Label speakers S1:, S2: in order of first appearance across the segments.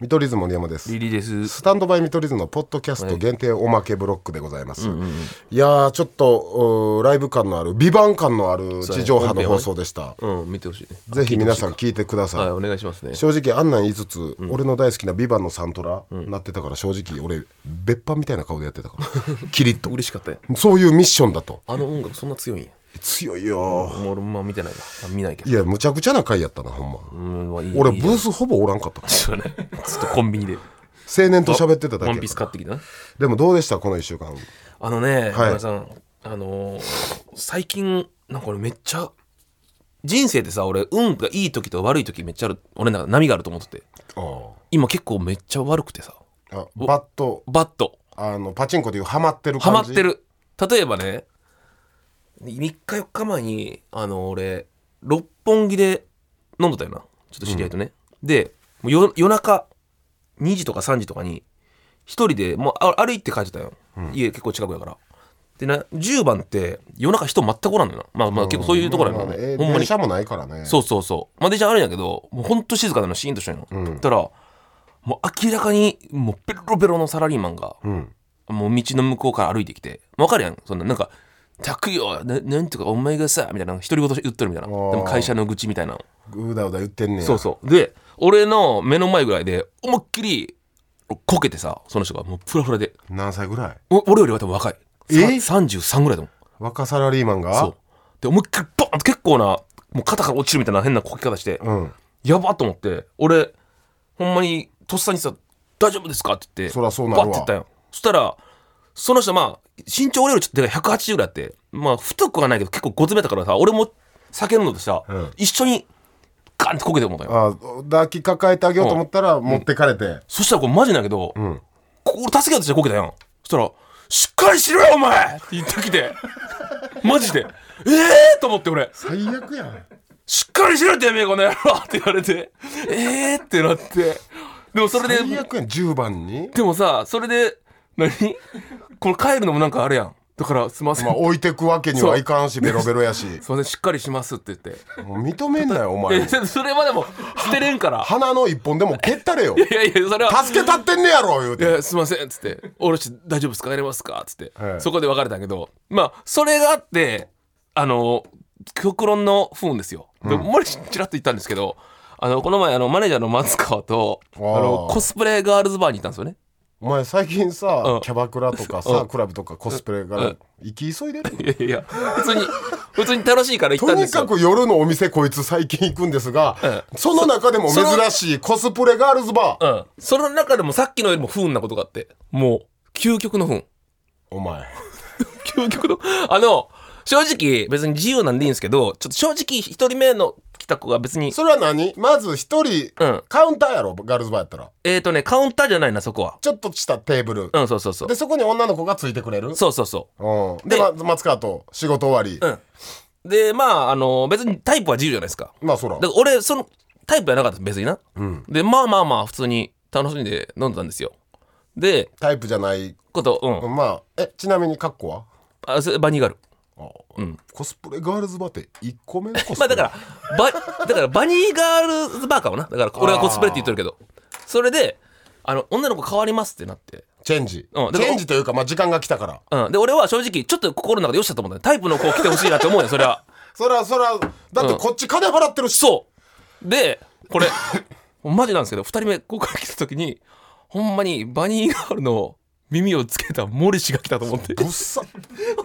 S1: 見取り図森山です
S2: リリーです。
S1: スタンドバイ見取り図のポッドキャスト限定おまけブロックでございます、いやーちょっとうーライブ感のある美版感のある地上波の放送でした、
S2: うん、見てほしいね。
S1: ぜひ皆さん聞いてください、
S2: はい、お願いしますね。
S1: 正直あんなん言いつつ、俺の大好きな「ビバンのサントラ、なってたから正直俺別班みたいな顔でやってたから キリッと
S2: 嬉しかったよ。
S1: そういうミッションだと
S2: あの音楽そんな強いんや。
S1: 強いよ
S2: もう俺も見てないわ。あ見ないけ
S1: い
S2: ど。
S1: やむちゃくちゃな回やったなほんま、
S2: うん、まあいい
S1: 俺
S2: いい
S1: ブースほぼおらんかったから
S2: そうね。ずっとコンビニで。
S1: 青年と喋ってただけ
S2: ワ
S1: や
S2: ン
S1: か
S2: ピース
S1: ら
S2: 買ってきたな。
S1: でもどうでしたこの1週間
S2: あのね、
S1: はい
S2: 山田さん、あのー最近、なんか俺めっちゃ、人生でさ、俺、運がいい時と悪い時めっちゃある、俺なんか波があると思ってて、
S1: あ
S2: 今結構めっちゃ悪くてさ、
S1: あバット
S2: バッと、
S1: あのパチンコでいうハマってる
S2: ハ
S1: 感じ
S2: マってる。例えばね、3日4日前に、あの、俺、六本木で飲んでたよな。ちょっと知り合いとね。で、もう夜夜中、2時とか3時とかに、一人で、もうあ歩いて帰ってたよ。家結構近くやから。でな、10番って夜中人全くおらんのよな。まあまあ結構そういうところや
S1: まあ
S2: も
S1: まあ
S2: ん
S1: ねえ
S2: ね。
S1: ー
S2: ほんま
S1: 電
S2: に。
S1: 車もないからね
S2: そうそうそう。まあ電車あるんやけど、もうほんと静かなのシーンとしたんよ。
S1: ん
S2: そしたら、もう明らかに、もうペロペロのサラリーマンが、
S1: うん
S2: もう道の向こうから歩いてきて、わかるやん。そんな、なんか、たくよ、ななんとかお前がさ、みたいな、独り言言っとるみたいな。で
S1: ー
S2: も会社の愚痴みたいなの。
S1: うだうだ言ってんねや
S2: そうそう。で、俺の目の前ぐらいで、思いっきり、こけてさ、その人がもうプラプラで、
S1: 何歳ぐらい
S2: お俺よりは多分若い。
S1: え
S2: さ ?33 ぐらいだもん。
S1: 若サラリーマンが
S2: そう。で、思いっきり、ボーンって結構な、もう肩から落ちるみたいな変なこけ方して、
S1: うん
S2: やばっと思って、俺、ほんまに、とっさにさ、大丈夫ですかって言って、
S1: そらそうなるわ
S2: バッて言ったよ。そしたら、その人、まあ、身長俺よりちょっとでかい180ぐらいあって、まあ、太くはないけど、結構ごつめたからさ、俺も酒飲んだとさ、
S1: ん
S2: 一緒に、ガンってこけて思ったよ。
S1: あ抱きかかえてあげようと思ったら持ってかれて、
S2: そしたら、これマジなんやけど、
S1: ん
S2: こ俺助けようとしてこけたやん。そしたら、しっかりしろよ、お前って言って きて、マジで、ええーと思って俺、
S1: 最悪やん
S2: しっかりしろってめえ、この野郎って言われて、ええーってなって、でもそれで、
S1: 最悪やん10番に
S2: でもさそれで何これ帰るのもなんかあれやんだからすいません、
S1: まあ置いてくわけにはいかんしベロベロ やし
S2: すいませんしっかりしますって言って
S1: もう認めんなよお
S2: え
S1: 前
S2: それはでも捨てれんから
S1: 鼻の一本でも蹴ったれよ
S2: いやいやそれは
S1: 助けたってんねやろ言う
S2: い
S1: て
S2: やすいませんっつって「おろし大丈夫ですかやれますか?」っつって、
S1: はい
S2: そこで別れたけどまあそれがあってあの極論の不運ですよで森ちらっと言ったんですけどあのこの前あのマネージャーの松川とあ
S1: ー
S2: のコスプレガールズバーに行ったんですよね
S1: お前最近さ
S2: ん
S1: キャバクラとか
S2: う
S1: さ
S2: ん
S1: クラブとかコスプレ
S2: う
S1: が
S2: ん
S1: 行き急いでる
S2: いやいや普通に普通に楽しいから行っ
S1: と
S2: たんで
S1: に
S2: すよ
S1: かく夜のお店こいつ最近行くんですが、その中でも珍しいコスプレガールズバー、
S2: うん。その中でもさっきのよりも不運なことがあって。もう、究極の不運。
S1: お前
S2: 究極の。 あの、正直、別に自由なんでいいんですけど、ちょっと正直、一人目の来た子が別に、
S1: それは何まず一人、
S2: うん
S1: カウンターやろガールズバーやったら
S2: えっ、ー、とね、カウンターじゃないな、そこは。
S1: ちょっとしたテーブル、
S2: うん、そうそうそう
S1: で。そこに女の子がついてくれる
S2: そうそうそ
S1: うん、で、ま、松川と仕事終わり、
S2: う。で、まあ、あの、別にタイプは自由じゃないですか。
S1: まあそら
S2: だから俺、その、タイプはなかったです、別にな。
S1: ん
S2: で、まあまあまあ、普通に楽しんで飲んでたんですよ。で、
S1: タイプじゃない
S2: こと、うん。
S1: まあえちなみに格好は
S2: あ、それバニーガール。
S1: あ、
S2: ん
S1: コスプレガールズバーって1個目のコスプレ
S2: まあだから、バ、だからバニーガールズバーかもな。だから俺はコスプレって言っとるけど。それで、あの、女の子変わりますってなって。
S1: チェンジ、
S2: うんだから
S1: チェンジというか、まあ、時間が来たから
S2: うん。で、俺は正直、ちょっと心の中でよしだと思ったねタイプの子来てほしいなって思うよ、それは。
S1: そらそらだってこっち金払ってるし、
S2: そう。で、これ、マジなんですけど、二人目、ここから来た時に、ほんまにバニーガールの耳をつけたモリシが来たと思って。
S1: ぶっさ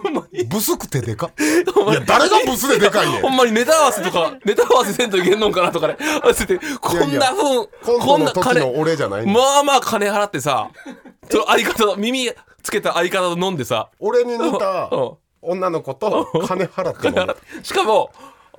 S2: ほんま に。
S1: ブスくてでかっ
S2: ほんま
S1: い
S2: に
S1: や誰がブスででかいねん
S2: ほんまにネタ合わせ とか、ネタ合わせせんといけんのんかなとかね、合わせて、こ
S1: やい
S2: ん
S1: や
S2: なふん、
S1: コ
S2: こ
S1: ン
S2: ん
S1: トの
S2: な
S1: 時
S2: 金
S1: の俺じゃないねん
S2: まあまあ金払っ てさ、その相方の耳つけた相方と飲んでさ、
S1: 俺に似た
S2: うん
S1: 女の子と金払って飲ん
S2: 金
S1: で
S2: 払ってしかも、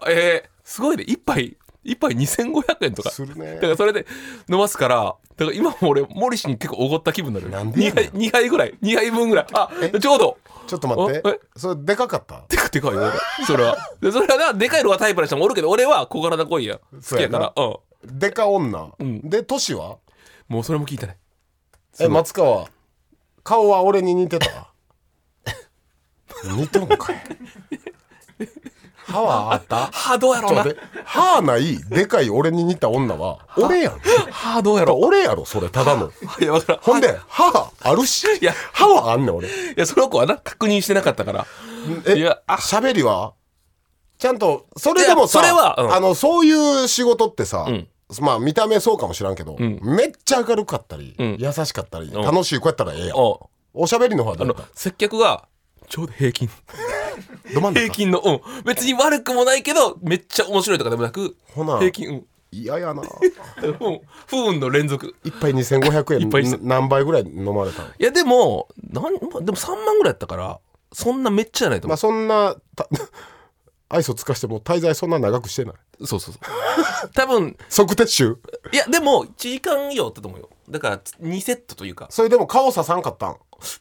S2: えー、すごいね、一杯、一杯2500円とか。
S1: するね
S2: だからそれで飲ますから、だから今も俺、モリシに結構おごった気分に
S1: な
S2: なる。
S1: んで
S2: 二
S1: やねん
S2: 杯、二杯ぐらい、二杯分ぐらい。あ、ちょうど。
S1: ちょっと待っ
S2: おえ
S1: てそれでかかった
S2: でかでかいよ、それは。でそれはな、でかいのがタイプな人もおるけど、俺は小柄な恋や。好きやから。うん。
S1: でか女、
S2: ん
S1: で年は
S2: もうそれも聞いてない。
S1: え松川顔は 俺に似てた似てんのかい歯はあった
S2: 歯どうやろ
S1: ち
S2: う
S1: ょっ
S2: な
S1: と待って歯ないでかい俺に似た女は俺やん
S2: 歯どうやろ
S1: 俺やろそれただの
S2: ういやわからん
S1: ほんで歯あるし
S2: いや
S1: 歯はあんねん俺
S2: いやその子はな確認してなかったから
S1: え
S2: いやあ
S1: 喋りはちゃんとそれでもさ
S2: いやそれはうん
S1: あのそういう仕事ってさ、
S2: ん
S1: まあ見た目そうかもしらんけど、
S2: ん
S1: めっちゃ明るかったり、
S2: ん
S1: 優しかったり、
S2: ん
S1: 楽しい子やったらええやん
S2: おう
S1: おしゃべりの方は
S2: あ
S1: どうや
S2: の
S1: った
S2: 接客がちょうど平均
S1: ど真ん
S2: 平
S1: 中
S2: 均のうん別に悪くもないけどめっちゃ面白いとかでもなく
S1: ほな
S2: 平均
S1: 嫌やな
S2: うんうん不運の連続
S1: 一杯2500
S2: 一杯一
S1: 円ん何杯ぐらい飲まれたの
S2: いやでもなんまでも3万ぐらいやったからそんなめっちゃじゃないと
S1: ま
S2: 思、
S1: あそんなた 愛想つかしても滞在そんな長くしてないう
S2: そうそうそう多分
S1: 即撤収
S2: いやでも1時間以上やったと思うよだから2セットというか
S1: それでも顔ささんかったん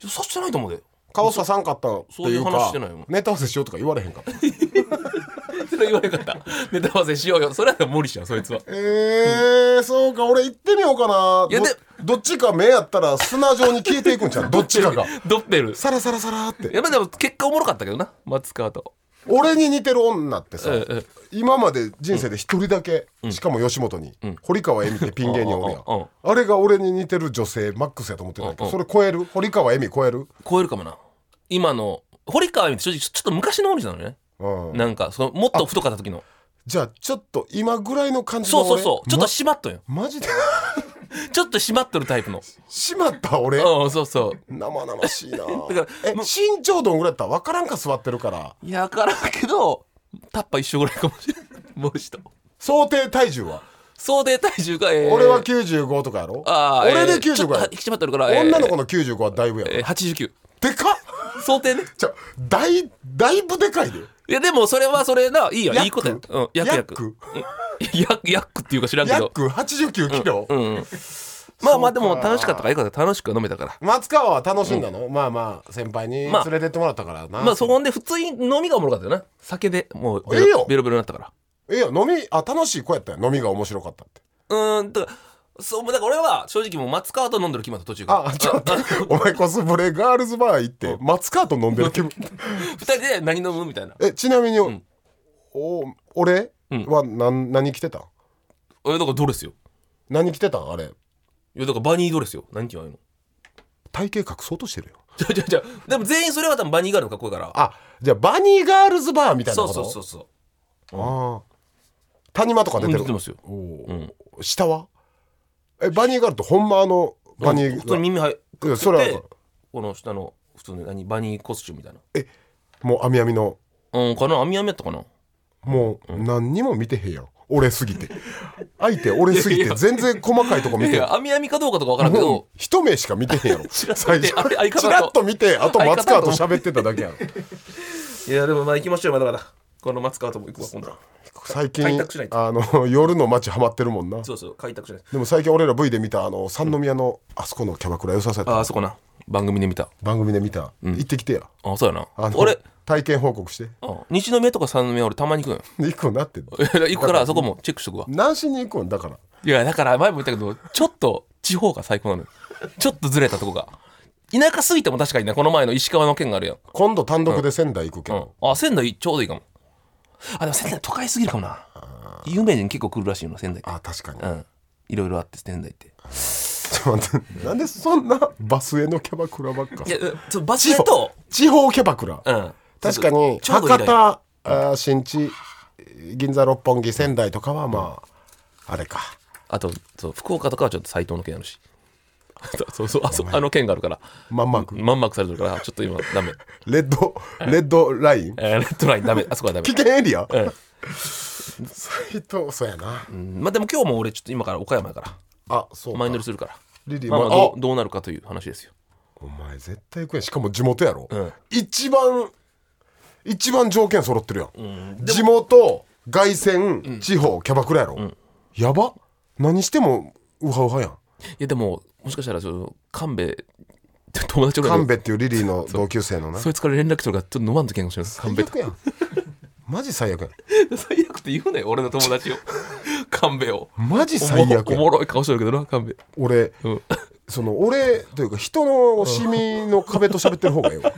S2: さしてないと思うで
S1: 顔ささんかったんって
S2: そうい
S1: いうう
S2: 話し
S1: か
S2: てないもん
S1: ネタ合わせしようとか言われへんかった
S2: それ言われなかったネタ合わせしようよそれは無理じゃんそいつは
S1: えー、そうか俺行ってみようかない
S2: やで
S1: どどっちか目やったら砂状に消えていくん じゃんどっちかが
S2: ドッペル
S1: サラサラサラーって
S2: やっぱでも結果おもろかったけどな松川と
S1: 俺に似てる女ってさ、
S2: えええ
S1: 今まで人生で一人だけ、しかも吉本に、堀川恵美ってピン芸人おるやん、
S2: うんうんうん
S1: あれが俺に似てる女性マックスやと思ってたけど、
S2: うんうん
S1: それ超える堀川恵美超える、
S2: 超えるかもな今の堀川って正直ちょっと昔のオリジナルね
S1: うん
S2: なんかそのもっと太かった時の
S1: じゃあちょっと今ぐらいの感じの
S2: そう
S1: 俺
S2: そうそうちょっと
S1: ま
S2: 締まっとんよ
S1: マジで
S2: ちょっと締まっとるタイプの
S1: しまった俺
S2: うんそうそ
S1: 生々しい な
S2: から
S1: え身長どんぐらいやったら分からんか座ってるから
S2: ういやわからんけどタッパ一緒ぐらいかもしれない帽子と
S1: 想定体重は、
S2: 総で体重が、えー
S1: 俺は95とかやろ
S2: あー
S1: 俺
S2: え
S1: で
S2: ーちょ
S1: 95
S2: っと
S1: や
S2: は
S1: ろ
S2: 引き締まっとるから、えー
S1: 女の子の95はだいぶやろ、
S2: えー89
S1: でかっ
S2: 想定ね
S1: ちょだいだいぶでかいで
S2: いやでもそれはそれないいよ
S1: ヤック
S2: いいことやうんヤクヤク
S1: 約
S2: ヤックヤックっていうか知らんけど
S1: 約89キロ、
S2: まあまあでも楽しかったからよかった楽しく飲めたから
S1: 松川は楽しんだの、まあまあ先輩に連
S2: まあ
S1: れてってもらったからな、
S2: まあそこで普通に飲みがおもろかったよな酒でもうベ
S1: ええ
S2: ロ
S1: よ
S2: ベロベロになったから
S1: いや飲みあ楽しい子やったよ飲みが面白かったって
S2: うーんとそうだから俺は正直もう松川と飲んでる気分だった途中から
S1: あちょっと待ってお前コスプレガールズバー行って松川と飲んでる気分
S2: 二人で何飲むみたいな
S1: えちなみに、お俺
S2: うん
S1: は何何着てたん
S2: えだからドレスよ
S1: 何着てたんあれ
S2: いやだからバニードレスよ何て言わないの
S1: 体型隠そうとしてるよ
S2: じゃじゃじゃでも全員それは多分バニーガールの格好いいから
S1: あじゃあバニーガールズバーみたいな
S2: そう
S1: こと
S2: そうそうそう
S1: ああ谷間とか出てる
S2: 出てますよ
S1: おー下はえバニーガールってほんまあのバニー
S2: 普通に耳はい
S1: いやそれは
S2: でこの下の普通の何バニーコスチュームみたいな
S1: もう網網の
S2: うんかな網網やったかな
S1: もう何にも見てへんやん俺すぎて相手俺すぎて全然細かいとこ見
S2: い
S1: て
S2: や
S1: ん
S2: 網網かどうかとかわからんけ
S1: も
S2: ど
S1: う一目しか見てへんやろ
S2: ちらっと
S1: 最
S2: 見て
S1: 初
S2: あれ相方と
S1: チラッと見てあと松川と喋ってただけやろ
S2: いやでもまあ行きましょうよまだまだこの松川とも行くわ今度
S1: 最
S2: 開
S1: 近
S2: 拓しないと
S1: あの夜の街ハマってるもんな
S2: そうそう開拓しない
S1: でも最近俺ら V で見たあの三宮のあそこのキャバクラ良さそうやっ
S2: ああそこな番組で見た
S1: た番組で見た行ってきてや
S2: あそうや
S1: あ
S2: な
S1: の
S2: 俺
S1: 体験報告して
S2: あ西宮とか三宮俺たまに行くのよ
S1: 行くんなって
S2: いや 行くからそこもチェックしとくわ
S1: 何しに行くんだから
S2: いやだから前も言ったけどちょっと地方が最高なのよちょっとずれたとこが田舎すぎても確かにねこの前の石川の県があるやん、
S1: 今度単独で仙台行くけど、
S2: うん、あ仙台ちょうどいいかもあでも仙台都会すぎるかもな有名人結構来るらしいの仙台って
S1: あ確かに、
S2: うんいろいろあって仙台って
S1: ちょっと待ってなんでそんなバスへのキャバクラばっか
S2: いやそうバス
S1: 地
S2: ケ
S1: 方
S2: と
S1: 地方キャバクラ、
S2: うん
S1: 確かに
S2: ちょう
S1: 博
S2: どいいライン
S1: 多あー新地銀座六本木仙台とかはまあ、あれか
S2: あとそう福岡とかはちょっと斎藤の県あるしそうそうあそうあの県があるから
S1: まんまく
S2: まんまくされてるからちょっと今ダメ
S1: レッドレッドライン
S2: えーレッドラインダメあそこはダメ
S1: 危、険エリア
S2: うん
S1: 斉藤そうやな、
S2: うんまあでも今日も俺ちょっと今から岡山やから
S1: あそう
S2: 前乗
S1: か
S2: りするから
S1: リリー、
S2: まあまあ
S1: ま
S2: ど
S1: あ
S2: うどうなるかという話ですよ
S1: お前絶対行くやんしかも地元やろ、
S2: ん
S1: 一番一番条件揃ってるやん、地元凱旋、地方キャバクラやろ、やば何してもウハウハやん
S2: いやでももしかしたらその神戸友達おるやろ
S1: 神戸っていうリリーの同級生のな
S2: そいつから連絡来てるからちょっと飲まんとけんかもしれないです神
S1: 最
S2: 戸
S1: 悪やんマジ最悪やん
S2: と最悪って言うなよ俺の友達を神戸を
S1: マジ最
S2: お
S1: 悪
S2: も
S1: やん
S2: ろい顔してるけどな神戸
S1: 俺
S2: うん
S1: その俺というか人のシミの壁と喋ってる方がいいわ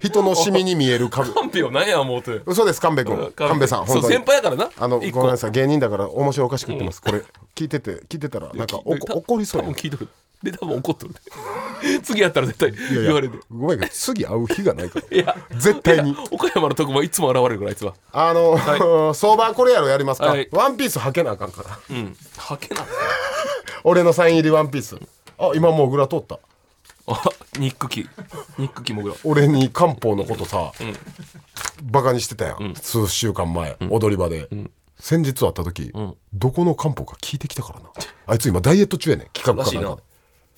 S1: 人のシミに見える 壁
S2: カンペを何や思うて
S1: 嘘です神戸君神戸さん
S2: そ
S1: 本
S2: う
S1: 当に
S2: 先輩やからな
S1: あの
S2: 一
S1: ご
S2: 個
S1: めんなさい芸人だから面白おかしく言ってますこれ聞いてて聞いてたらなんかおこ怒りそう
S2: 多
S1: や
S2: 分
S1: な
S2: 聞いとるで多分怒っとるで 次やったら絶対
S1: いやいや
S2: 言われる
S1: ごめんけど次会う日がないから
S2: でいや
S1: 絶対に
S2: いや岡山の特番いつも現れるからあいつは
S1: あの、相場これやろやりますか、
S2: はい
S1: ワンピース履けなあかんから
S2: うんはけな
S1: 俺のサイン入りワンピースあ今もうグラ通った
S2: あニックキニックキもぐら
S1: 俺に漢方のことさ、バカにしてたやん、数週間前、踊り場で、先日会った時、どこの漢方か聞いてきたからなあいつ今ダイエット中やねん企画
S2: らし
S1: か
S2: い
S1: なん
S2: な
S1: かで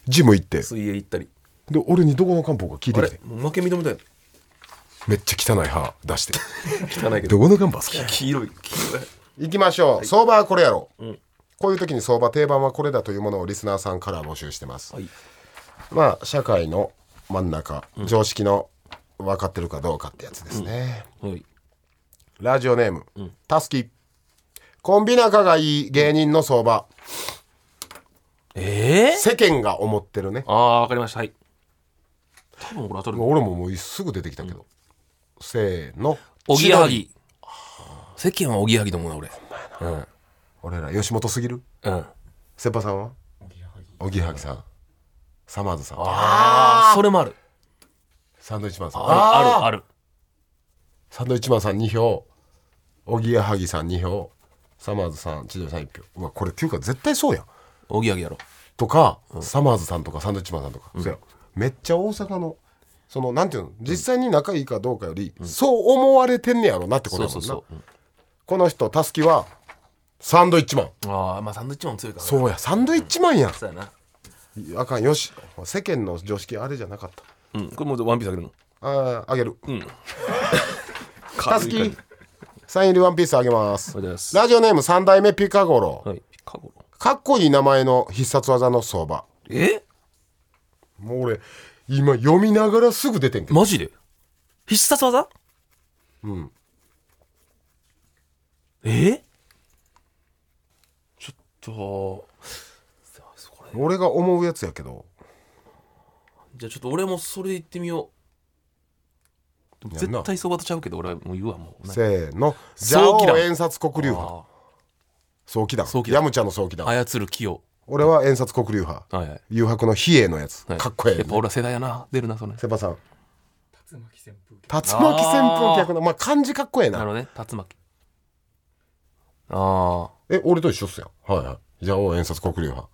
S1: ジム行って
S2: 水泳行ったり
S1: で俺にどこの漢方か聞い
S2: あ
S1: てき
S2: れ
S1: て
S2: もう負け認めたよ
S1: めっちゃ汚い歯出して
S2: 汚いけど
S1: どこの漢方好き
S2: 黄色い黄色い
S1: 行きましょう、相場はこれやろ、こういう時に相場定番はこれだというものをリスナーさんから募集してます、
S2: はい
S1: まあ社会の真ん中、常識の分かってるかどうかってやつですね、
S2: はい
S1: ラジオネーム、たすきコンビ仲がいい芸人の相場
S2: ええ
S1: 世間が思ってるね
S2: ああわかりましたはい多分俺当たる
S1: もう俺ももうすぐ出てきたけど、せーの
S2: おぎやは
S1: 千鳥
S2: ぎ世間はおぎやはぎと思うな俺うん
S1: 俺ら吉本すぎる
S2: うん
S1: セッパさんはおぎやはぎさんサマーズさん
S2: ああそれもある
S1: サンドイッチマンさん
S2: あるある
S1: サンドイッチマンさん2票おぎやはぎさん2票サマーズさん千鳥さん1票うわこれ9か絶対そうやん
S2: おぎやはぎやろ
S1: とか、サマーズさんとかサンドウィッチマンさんとか、そうやめっちゃ大阪のそのなんていうの実際に仲いいかどうかより、そう思われてんねやろなってことやも
S2: そう
S1: ん
S2: そ
S1: な
S2: うそううん
S1: この人たすきはサンドイッチマン
S2: ああまあサンドイッチマン強いからな
S1: そうやサンドイッチマンや
S2: そうやな
S1: あかんよし世間の常識あれじゃなかった
S2: うんこれもうワンピースあげるの
S1: あーあげる
S2: か
S1: たすきサイン入りワンピースあげます
S2: ありがとうございます
S1: ラジオネーム三代目ピカゴロ、
S2: はいピカゴロ
S1: かっこいい名前の必殺技の相場
S2: え
S1: もう俺今読みながらすぐ出てんけど
S2: マジで必殺技うんえちょっとこれ
S1: 俺が思うやつやけど
S2: じゃあちょっと俺もそれで言ってみよう
S1: やんな
S2: 絶対そうばとちゃうけど俺はもう言うわもう
S1: せーの「蛇
S2: 早期弾
S1: 王演札黒竜派
S2: あ」
S1: 早期弾
S2: 早期弾
S1: ヤムチャの早期弾
S2: ー操る器用
S1: 俺は演札黒竜派
S2: はいはい
S1: 誘白の比叡のやつ
S2: はい
S1: かっこええ
S2: やっぱ俺は世代やな出るなそれ
S1: セパさん
S3: 竜巻旋風
S1: 竜巻旋風客のまあ漢字かっこええ
S2: なる
S1: な
S2: ほどね竜巻あ
S1: え俺と一緒っすよはいはい蛇王演札黒竜派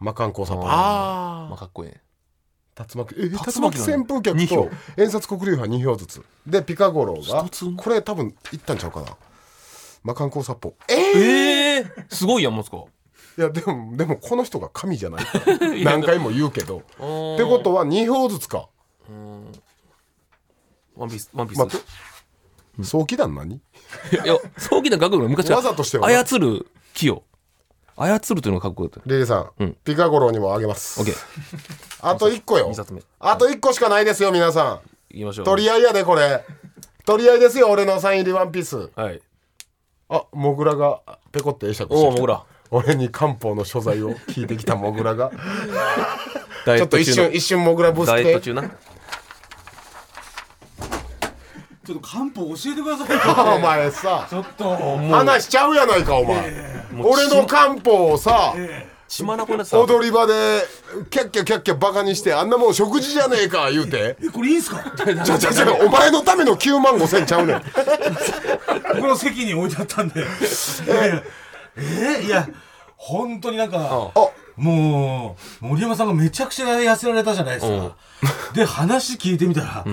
S1: 魔漢光三
S2: あまあかっこいいね
S1: あ竜巻え竜巻
S2: 竜巻なの
S1: 旋風客
S2: 二票
S1: と演札黒竜派2票ずつでピカゴロが
S2: 一つ
S1: これ多分いったんちゃうかな魔漢光殺法え
S2: ええすごいやんもつか
S1: いやでもでもこの人が神じゃ ないから何回も言うけどってことは2票ずつか
S2: ワンピースワンピース、
S1: 待って早期弾何
S2: いや早期な学力昔から
S1: わざとしてはな
S2: 操る器用操るというのがかっこよかった
S1: リリーさん、ピカゴロにもあげます
S2: オッケー
S1: あと1個よ
S2: 二冊目
S1: あと1個しかないですよ皆さ
S2: 言いましょ
S1: ん
S2: う
S1: 取り合いやでこれ取り合いですよ俺のサイン入りワンピース
S2: はい
S1: あモグラがペコって会釈してきた
S2: おおもぐら
S1: 俺に漢方の所在を聞いてきたモグラが
S2: ダイ
S1: ち
S2: エ
S1: ょ
S2: ッ
S1: っと
S2: ト
S1: 一
S2: 中
S1: 瞬
S2: の
S1: 一瞬モグラブース
S2: ダイエット
S1: 系
S2: 中な
S3: ちょっと漢方教えてくだ さ い
S1: お前さ
S3: ちょっと
S1: 話しちゃうやないかお前俺の漢方をさ、
S2: 血まなこになってた
S1: 踊り場でキャッキャキャッキャバカにしてあんなもん食事じゃねえか言うて
S3: えこれいいん すか
S1: ちょちょちょお前のための9万5千ちゃうねん
S3: 僕の席に置いてあったんでいやいやえーいや本当になんか
S1: あ
S3: もう森山さんがめちゃくちゃ痩せられたじゃないですか で話聞いてみたら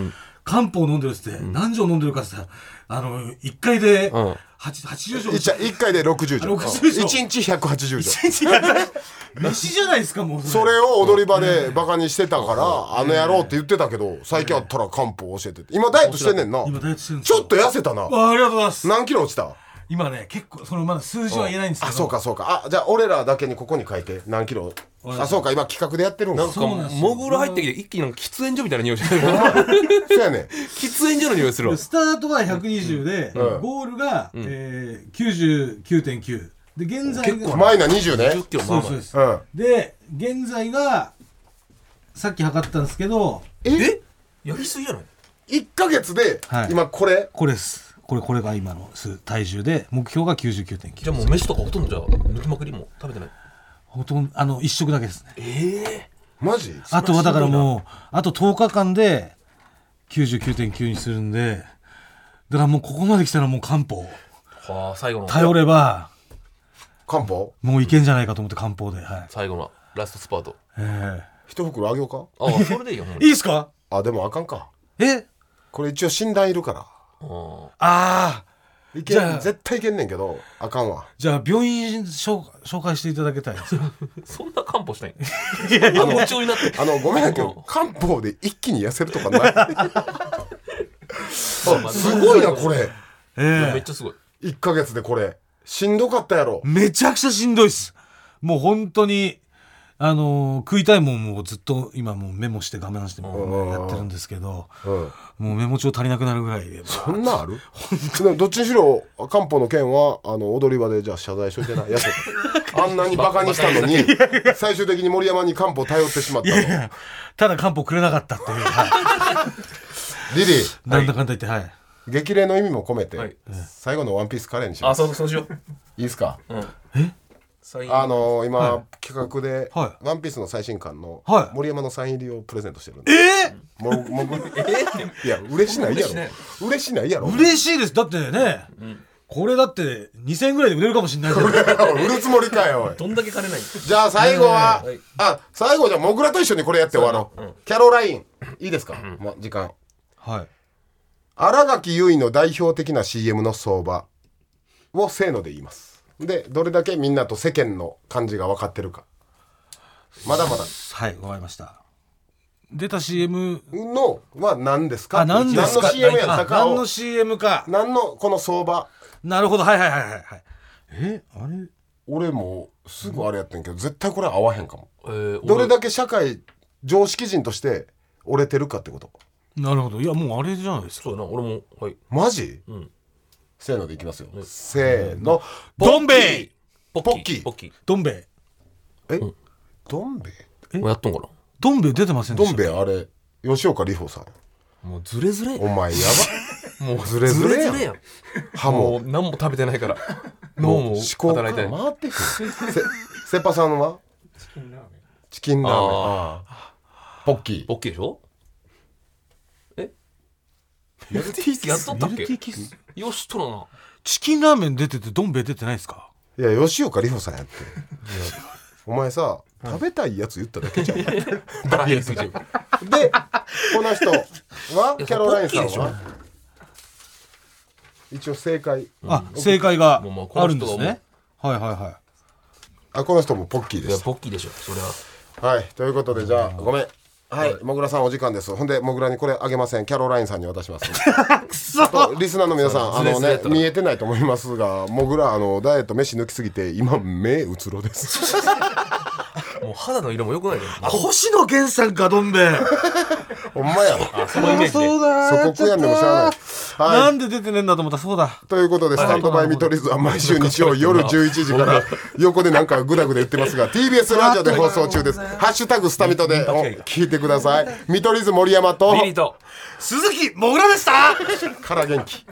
S3: 漢方飲んでるっつって何錠飲んでるかっつったらあの1回で
S2: ん
S3: 八80錠
S1: いっちゃ1回で60錠
S3: 60錠
S1: 1日180錠
S3: 飯じゃないですかもう
S1: それを踊り場でバカにしてたからあの野郎って言ってたけど最近あったら漢方教えてって今ダイエットしてんねんな
S3: 今ダイエットしてるんです
S1: ち
S3: よ
S1: ょっと痩せたな
S3: あありがとうございます
S1: 何キロ落ちた
S3: 今ね結構そのまだ数字は言えないんですけど
S1: あそうかそうかあじゃあ俺らだけにここに書いて何キロあそうか今企画でやってるんか そ
S3: そうなんですよ
S2: モグラ入ってきて一気になんか喫煙所みたいな匂 いしてる
S1: うやねん
S2: 喫煙所の匂いするわ
S3: スタートが120で、ゴールが、えー99.9で現在
S2: 結構
S3: が
S2: ま
S1: 前な20ね
S2: 1 0キロ
S3: そ
S2: まあ
S3: う
S2: ま
S3: そ
S2: あ
S3: うです、
S1: うん
S3: で現在がさっき測ったんですけど
S2: えやりすぎじゃない
S1: 1か月で
S3: はい
S1: 今これ
S3: これですこれこれが今の数体重で目標が
S2: じ
S3: 99.9
S2: ゃあもう飯とかほとんどじゃあ抜きまくりも食べてない
S3: ほとんどあの一食だけですね
S2: ええ
S1: マジ
S3: あとはだからもうあと10日間で99.9にするんでだからもうここまで来たらもう漢方
S2: はあ最後の
S3: 頼れば
S1: 漢方
S3: もういけんじゃないかと思って漢方ではい、
S2: 最後のラストスパート
S3: えー
S1: 一袋あげようか
S2: ああそれでいいよほんまに
S3: いいっすか
S1: あでもあかんか
S3: え
S1: これ一応診断いるか
S2: うん
S3: ああ
S1: らいけ
S3: じゃあ
S1: 絶対いけんねんけどあかんわ
S3: じゃあ病院紹紹介していただけたい ですか
S2: そんな漢方したいのそんな夢中になって
S1: あのごめんやけ ど漢方で一気に痩せるとかない あすごいなこれ
S3: え
S2: いやめ
S3: ー
S2: っちゃすごい
S1: 1か月でこれしんどかったやろ
S3: めちゃくちゃしんどいっすもう本当にあのー食いたいもんもずっと今もうメモして我慢してもうやってるんですけど
S1: うん
S3: もうメモ帳足りなくなるぐらいで
S1: そんなんあるでもどっちにしろ漢方の件はあの踊り場でじゃあ謝罪しといてな痩せたあんなにバカにしたのに最終的に森山に漢方頼ってしまっ
S3: い
S1: たの
S3: やいやただ漢方くれなかったっ ていう、はい
S1: リリー
S3: なんだかんだ言ってはい
S1: 激励の意味も込めて、
S2: はい
S1: 最後のワンピースカレーにしま
S2: あ
S1: す
S2: そうそうしよう
S1: いいですか
S2: 最
S1: あ
S2: 後
S1: のー今、企画で、
S3: は
S1: ワンピースの最新刊の、
S3: はい
S1: 森山のサイン入りをプレゼントしてるんで
S3: えー
S1: もうもういや嬉しないやろ
S2: 嬉しない
S1: 嬉しないやろ
S3: 嬉しいですだってね、これだって2000円ぐらいで売れるかもしれないけど
S1: 売るつもりかよおい
S2: どんだけ金ない
S1: じゃあ最後は、
S2: はい
S1: あ最後じゃあモグラと一緒にこれやって終わろう、キャロラインいいですか、もう時間
S3: はい
S1: 新垣結衣の代表的な CM の相場をせーので言いますでどれだけみんなと世間の感じが分かってるかまだまだ
S3: はいわかりました出た CM
S1: のは何ですか
S3: あ何ですか
S1: 何の CM やった
S3: あ
S1: か
S3: 何
S1: を
S3: の CM か
S1: 何のこの相場
S3: なるほどはいはいはいはいはいえあれ
S1: 俺もうすぐあれやってんけど絶対これ合わへんかも
S2: えー
S1: どれだけ社会常識人として折れてるかってこと
S3: なるほどいやもうあれじゃないですか
S2: そうだな俺もはい
S1: マジ、
S2: ん
S1: せーのでいきますよ、せーの、
S3: どん兵衛
S2: ポ
S1: ッキー
S2: ポッキー
S3: どん兵衛
S1: え、どん兵衛
S2: もうやっとんか
S3: どん兵衛出てませんで
S1: どん
S3: した
S1: 兵衛あれ吉岡里帆さん
S2: なもうズレズレ
S1: お前やばもうズレズ
S2: ズ
S1: レ
S2: レ
S1: や
S2: ズ
S1: ん
S2: レやん
S1: 歯 も
S2: もう何も食べてないから脳も
S1: 思考が
S2: 働
S1: 回
S2: いてない
S1: ってくるせ セパさんはチキンラーメン
S2: あ
S1: あーポッキー
S2: ポッキーでしょえ
S1: ミルティーキ
S2: やっとったっ
S3: ミル
S2: け
S3: ティーキス
S2: よしとろ
S3: チキンラーメン出ててどん兵衛出てないですか
S1: いや吉岡里帆さんやってお前さ食べたいやつ言っただけじゃんで
S2: なダイエット中
S1: この人はキャロラインさん
S2: いやそれポ
S1: は一応正解
S3: あ正解が
S2: もうもうこ
S3: あ
S2: の
S3: る
S2: 人
S3: んですねはいはいは
S1: あこの人もポッキー
S2: い
S1: で
S2: や
S1: し
S2: ポッキーでしょそれは
S1: たはいということでじゃあごめんはいもぐらさんお時間ですほんでもぐらにこれあげませんキャロラインさんに渡します
S3: いくそ
S1: とリスナーの皆さんあ
S2: そ
S1: の
S2: うズレズレや
S1: ね
S2: ったな
S1: 見えてないと思いますがもぐらあのダイエット飯抜きすぎて今目うつろです
S2: もう肌の色も良くないじゃん
S3: 星野源さんかどん兵衛
S1: ほんまや
S2: そのイメージで
S3: そうだ
S1: そこ食やんでもしゃあないはい
S3: なんで出てねえんだと思ったそうだ
S1: ということで、スタンドバイ見取り図は毎週日曜夜11時から、横でなんかグダグダ言ってます が、TBS ラジオで放送中です。ハッシュタグスタミトでお聞いてください。見取り図森山と、
S2: リリーと
S3: 鈴木もぐらでした
S1: から元気。